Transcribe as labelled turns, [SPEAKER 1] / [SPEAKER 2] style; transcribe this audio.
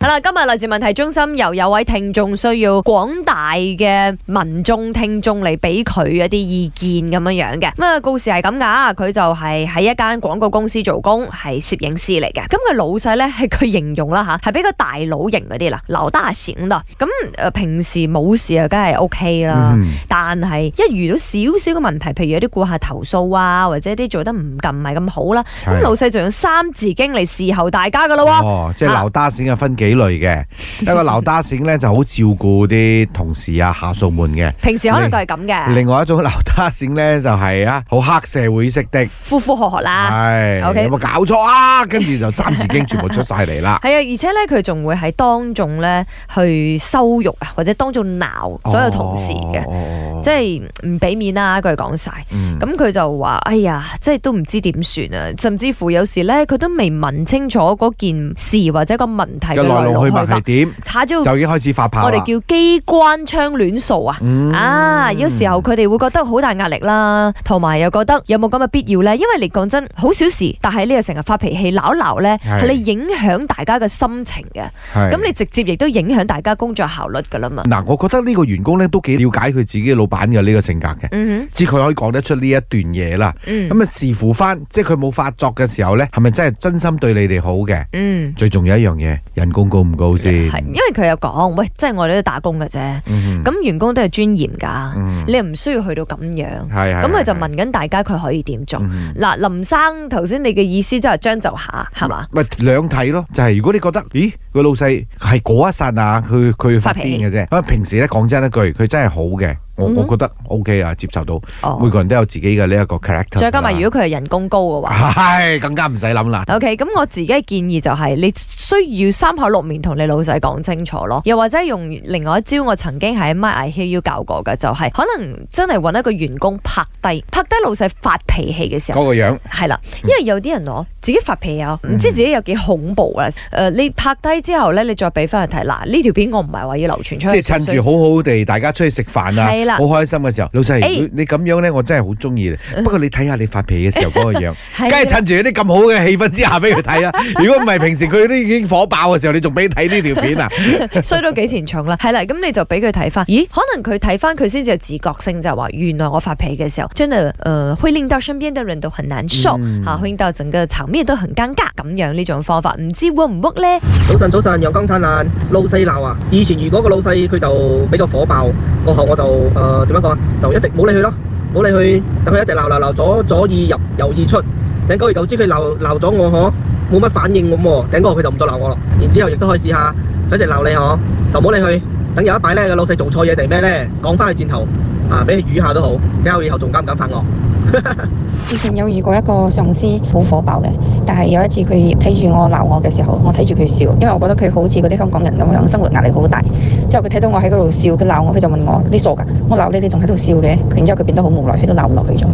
[SPEAKER 1] 係啦，今日勵志問題中心又有位聽眾需要廣大嘅民眾聽眾嚟俾佢一啲意見咁樣樣嘅。咁啊，故事係咁噶，佢就係喺一間廣告公司做工，係攝影師嚟嘅。咁佢老細咧係佢形容啦吓，係比較大佬型嗰啲啦，老大型啦。咁誒平時冇事啊，梗係 O K 啦。
[SPEAKER 2] 嗯
[SPEAKER 1] 但係一遇到少少嘅問題，譬如有啲顧客投訴啊，或者啲做得唔咁唔係咁好啦，咁
[SPEAKER 2] 係
[SPEAKER 1] 老細就用三字經嚟侍候大家噶咯喎。
[SPEAKER 2] 哦，即係
[SPEAKER 1] 啊
[SPEAKER 2] 鬧打閃啊，分 幾類嘅。一個鬧打閃咧就好照顧啲同事啊、下屬們嘅；
[SPEAKER 1] 平時可能佢係咁嘅，
[SPEAKER 2] 另外一種鬧打閃咧就係啊，好黑社會式的，
[SPEAKER 1] 呼呼喝喝
[SPEAKER 2] 啊
[SPEAKER 1] 啦。
[SPEAKER 2] 係
[SPEAKER 1] 啊 OK。
[SPEAKER 2] 有冇搞錯啊？跟住就三字經全部出晒嚟啦
[SPEAKER 1] 係啊，而且咧佢仲會喺當眾咧去羞辱啊，或者當眾鬧 所有同事嘅，
[SPEAKER 2] 哦
[SPEAKER 1] 即係唔俾面啦。佢講晒，
[SPEAKER 2] 嗯
[SPEAKER 1] 咁佢就話：哎呀，即係都唔知點算啊！甚至乎有時咧，佢都未問清楚嗰件事或者個問題嘅
[SPEAKER 2] 嘅來
[SPEAKER 1] 來
[SPEAKER 2] 龍
[SPEAKER 1] 龍
[SPEAKER 2] 去
[SPEAKER 1] 去
[SPEAKER 2] 脈係
[SPEAKER 1] 脈，
[SPEAKER 2] 點，
[SPEAKER 1] 打咗
[SPEAKER 2] 就已經開始發炮
[SPEAKER 1] 我哋
[SPEAKER 2] 啦。
[SPEAKER 1] 叫機關槍亂數啊！
[SPEAKER 2] 啊嗯
[SPEAKER 1] 啊，有時候佢哋會覺得好大壓力啦，同埋又覺得有冇咁嘅必要呢？因為你講真，好小事，但係你又成日發脾氣、鬧一鬧呢，
[SPEAKER 2] 係
[SPEAKER 1] 係你影響大家嘅心情嘅。
[SPEAKER 2] 係
[SPEAKER 1] 咁你直接亦都影響大家工作效率噶啦嘛。
[SPEAKER 2] 嗱，我覺得呢個員工咧都幾了解佢自己嘅老闆嘅呢個性格嘅，
[SPEAKER 1] 嗯
[SPEAKER 2] 知佢可以講得出呢一段嘢啦。
[SPEAKER 1] 哼，嗯
[SPEAKER 2] 咁啊視乎翻，即係佢冇發作嘅時候咧，係咪真係真心對你哋好嘅？
[SPEAKER 1] 嗯，
[SPEAKER 2] 最重要一樣嘢，人工高唔高先？
[SPEAKER 1] 係，因為佢有講，喂，即係我哋都打工嘅啫，
[SPEAKER 2] 嗯哼
[SPEAKER 1] 咁員工都係專業㗎，
[SPEAKER 2] 嗯
[SPEAKER 1] 你又唔需要去到咁樣。
[SPEAKER 2] 係係
[SPEAKER 1] 咁佢就
[SPEAKER 2] 係
[SPEAKER 1] 問緊大家佢可以點做。
[SPEAKER 2] 嗯哼
[SPEAKER 1] 嗱，林生頭先你嘅意思即係將就下，係嘛？
[SPEAKER 2] 咪兩睇咯，就係、如果你覺得，咦個老細係嗰一剎啊，佢佢發
[SPEAKER 1] 發脾氣
[SPEAKER 2] 癲嘅啫。咁啊平時咧講真一句，佢真係好嘅，我、
[SPEAKER 1] 嗯哼
[SPEAKER 2] 我覺得 O K 啊，接受到。
[SPEAKER 1] 哦
[SPEAKER 2] 每個人都有自己嘅呢一個 character 㗎啦。
[SPEAKER 1] 再加埋如果佢係人工高嘅話。
[SPEAKER 2] 係更加唔使諗啦。
[SPEAKER 1] OK，咁我自己嘅建議就係、你需要三口六面同你老細講清楚咯，又或者用另外一招，我曾經喺 My I Hear You 教過嘅，就係、可能真係揾一個員工拍低，拍低老細發脾氣嘅時候。
[SPEAKER 2] 嗰個樣
[SPEAKER 1] 係啦，因為有啲人我自己發脾氣啊，
[SPEAKER 2] 嗯
[SPEAKER 1] 唔知自己有幾恐怖啦。誒、你拍低之後咧，你再俾翻人睇，嗱呢條片我唔係話要流傳出去，
[SPEAKER 2] 即係趁住好好地大家出去食飯
[SPEAKER 1] 係啦
[SPEAKER 2] 啊，好開心嘅時候，老細
[SPEAKER 1] 哎嗯
[SPEAKER 2] 如果你咁樣咧，我真係好中意你。不過你睇下你發脾氣嘅時候嗰個樣，
[SPEAKER 1] 係啊
[SPEAKER 2] 梗係趁住啲咁好嘅氣氛之下俾佢睇啊！如果唔係平時佢都已經火爆嘅時候，你仲俾佢睇呢條片 啊？
[SPEAKER 1] 衰到幾前重啦，係啦，咁你就俾佢睇翻，咦？可能佢睇翻佢先至有自覺性，就係話原來我發脾氣嘅時候，真係誒會令到身邊的人都很難受，嚇、會令到整個場面都很尷尬咁樣呢種方法，唔知 work 唔 work 咧？
[SPEAKER 3] 早晨，早晨，陽光燦爛，老細鬧啊！以前如果個老細佢就比較火爆，過後我就誒點樣講啊？就一直冇理佢咯，冇理佢，等佢一直鬧鬧鬧，左左耳入右耳出，頂久而久之佢鬧鬧咗我嗬，冇乜反應咁喎，頂久佢就唔再鬧我咯。然之後亦都可以試下，佢一直鬧你嗬，就冇理佢，等有一擺咧個老細做錯嘢定咩咧，講翻佢轉頭啊，俾佢語下都好，睇下佢以後仲敢唔敢發我。
[SPEAKER 4] 以前有遇過一個上司好火爆嘅，但係有一次佢睇住我鬧我嘅時候，我睇住佢笑，因為我覺得佢好似嗰啲香港人咁樣，生活壓力好大。之後佢睇到我喺嗰度笑，佢鬧我，佢就問我：你傻㗎？我鬧你，你仲喺度笑嘅？然之後佢變得好無奈，佢都鬧唔落去咗。